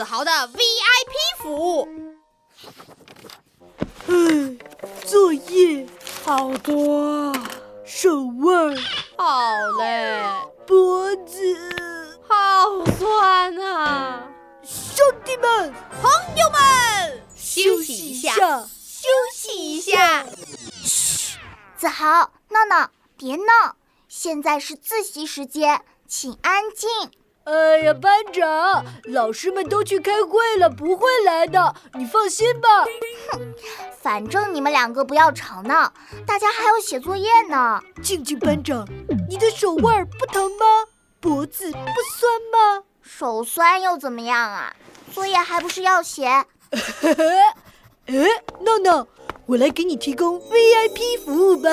Oh 豪的 VIP 服务。嗯，作业好多啊，手腕、好嘞，脖子，好酸啊！兄弟们，朋友们，休休息息一一下，下。休息一下。子豪、闹闹，别闹！现在是自习时间，请安静。哎呀，班长，老师们都去开会了，不会来的，你放心吧。反正你们两个不要吵闹，大家还要写作业呢。静静班长，你的手腕不疼吗？脖子不酸吗？手酸又怎么样啊？作业还不是要写？哎，闹闹，我来给你提供 VIP 服务吧。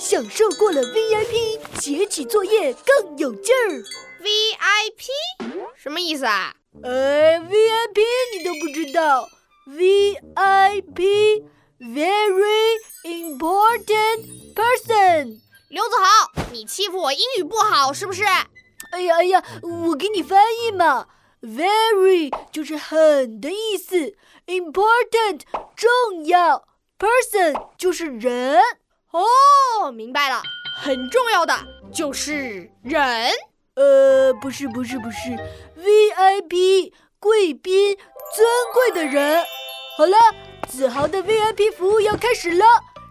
享受过了 VIP，写起作业更有劲儿。 VIP 什么意思啊？哎，VIP 你都不知道，VIP，very important person。刘子豪，你欺负我英语不好是不是？哎呀哎呀，我给你翻译嘛，very 就是很的意思，important 重要，person 就是人。哦，明白了，很重要的就是人。呃，不是不是不是，VIP 贵宾，尊贵的人。好了，子豪的 VIP 服务要开始了。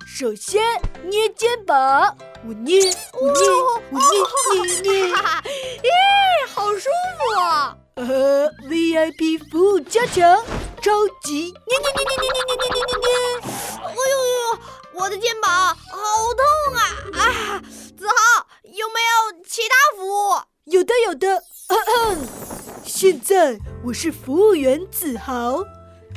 首先捏肩膀，我捏我捏我捏 捏捏哈。哈，耶，好舒服啊！呃，VIP 服务加强，超级捏捏捏捏捏捏捏捏捏捏。哎呦呦呦，我的肩膀好痛啊！啊，子豪，有没有其他服务？有的有的，咳咳。现在我是服务员子豪，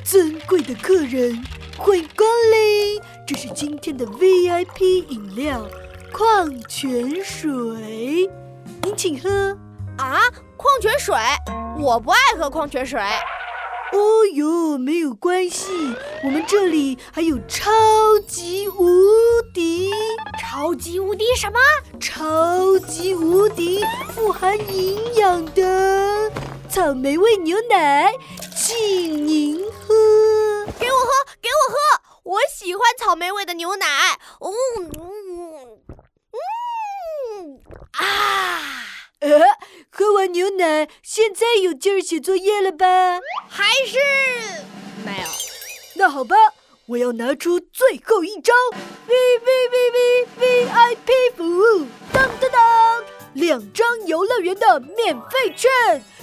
尊贵的客人，欢迎光临。这是今天的 VIP 饮料，矿泉水，您请喝。哦啊，矿泉水，我不爱喝矿泉水。哦哟，没有关系，我们这里还有超级无敌。超级无敌什么？超级无敌富含营养的草莓味牛奶，请您喝。给我喝，给我喝！我喜欢草莓味的牛奶。嗯嗯嗯啊，呃，喝完牛奶，现在有劲儿写作业了吧？还是没有。那好吧，我要拿出最后一招，V V V V V I P 服务，当当当，两张游乐园的免费券，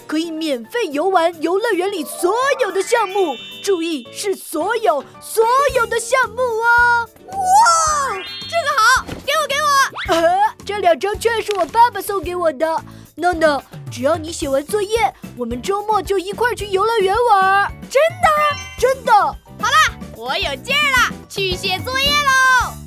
可以免费游玩游乐园里所有的项目，注意是所有所有的项目哦。哇，这个好，给我给我！啊，这两张券是我爸爸送给我的。闹闹，只要你写完作业，我们周末就一块儿去游乐园玩儿。真的？真的。我有劲儿了，去写作业喽。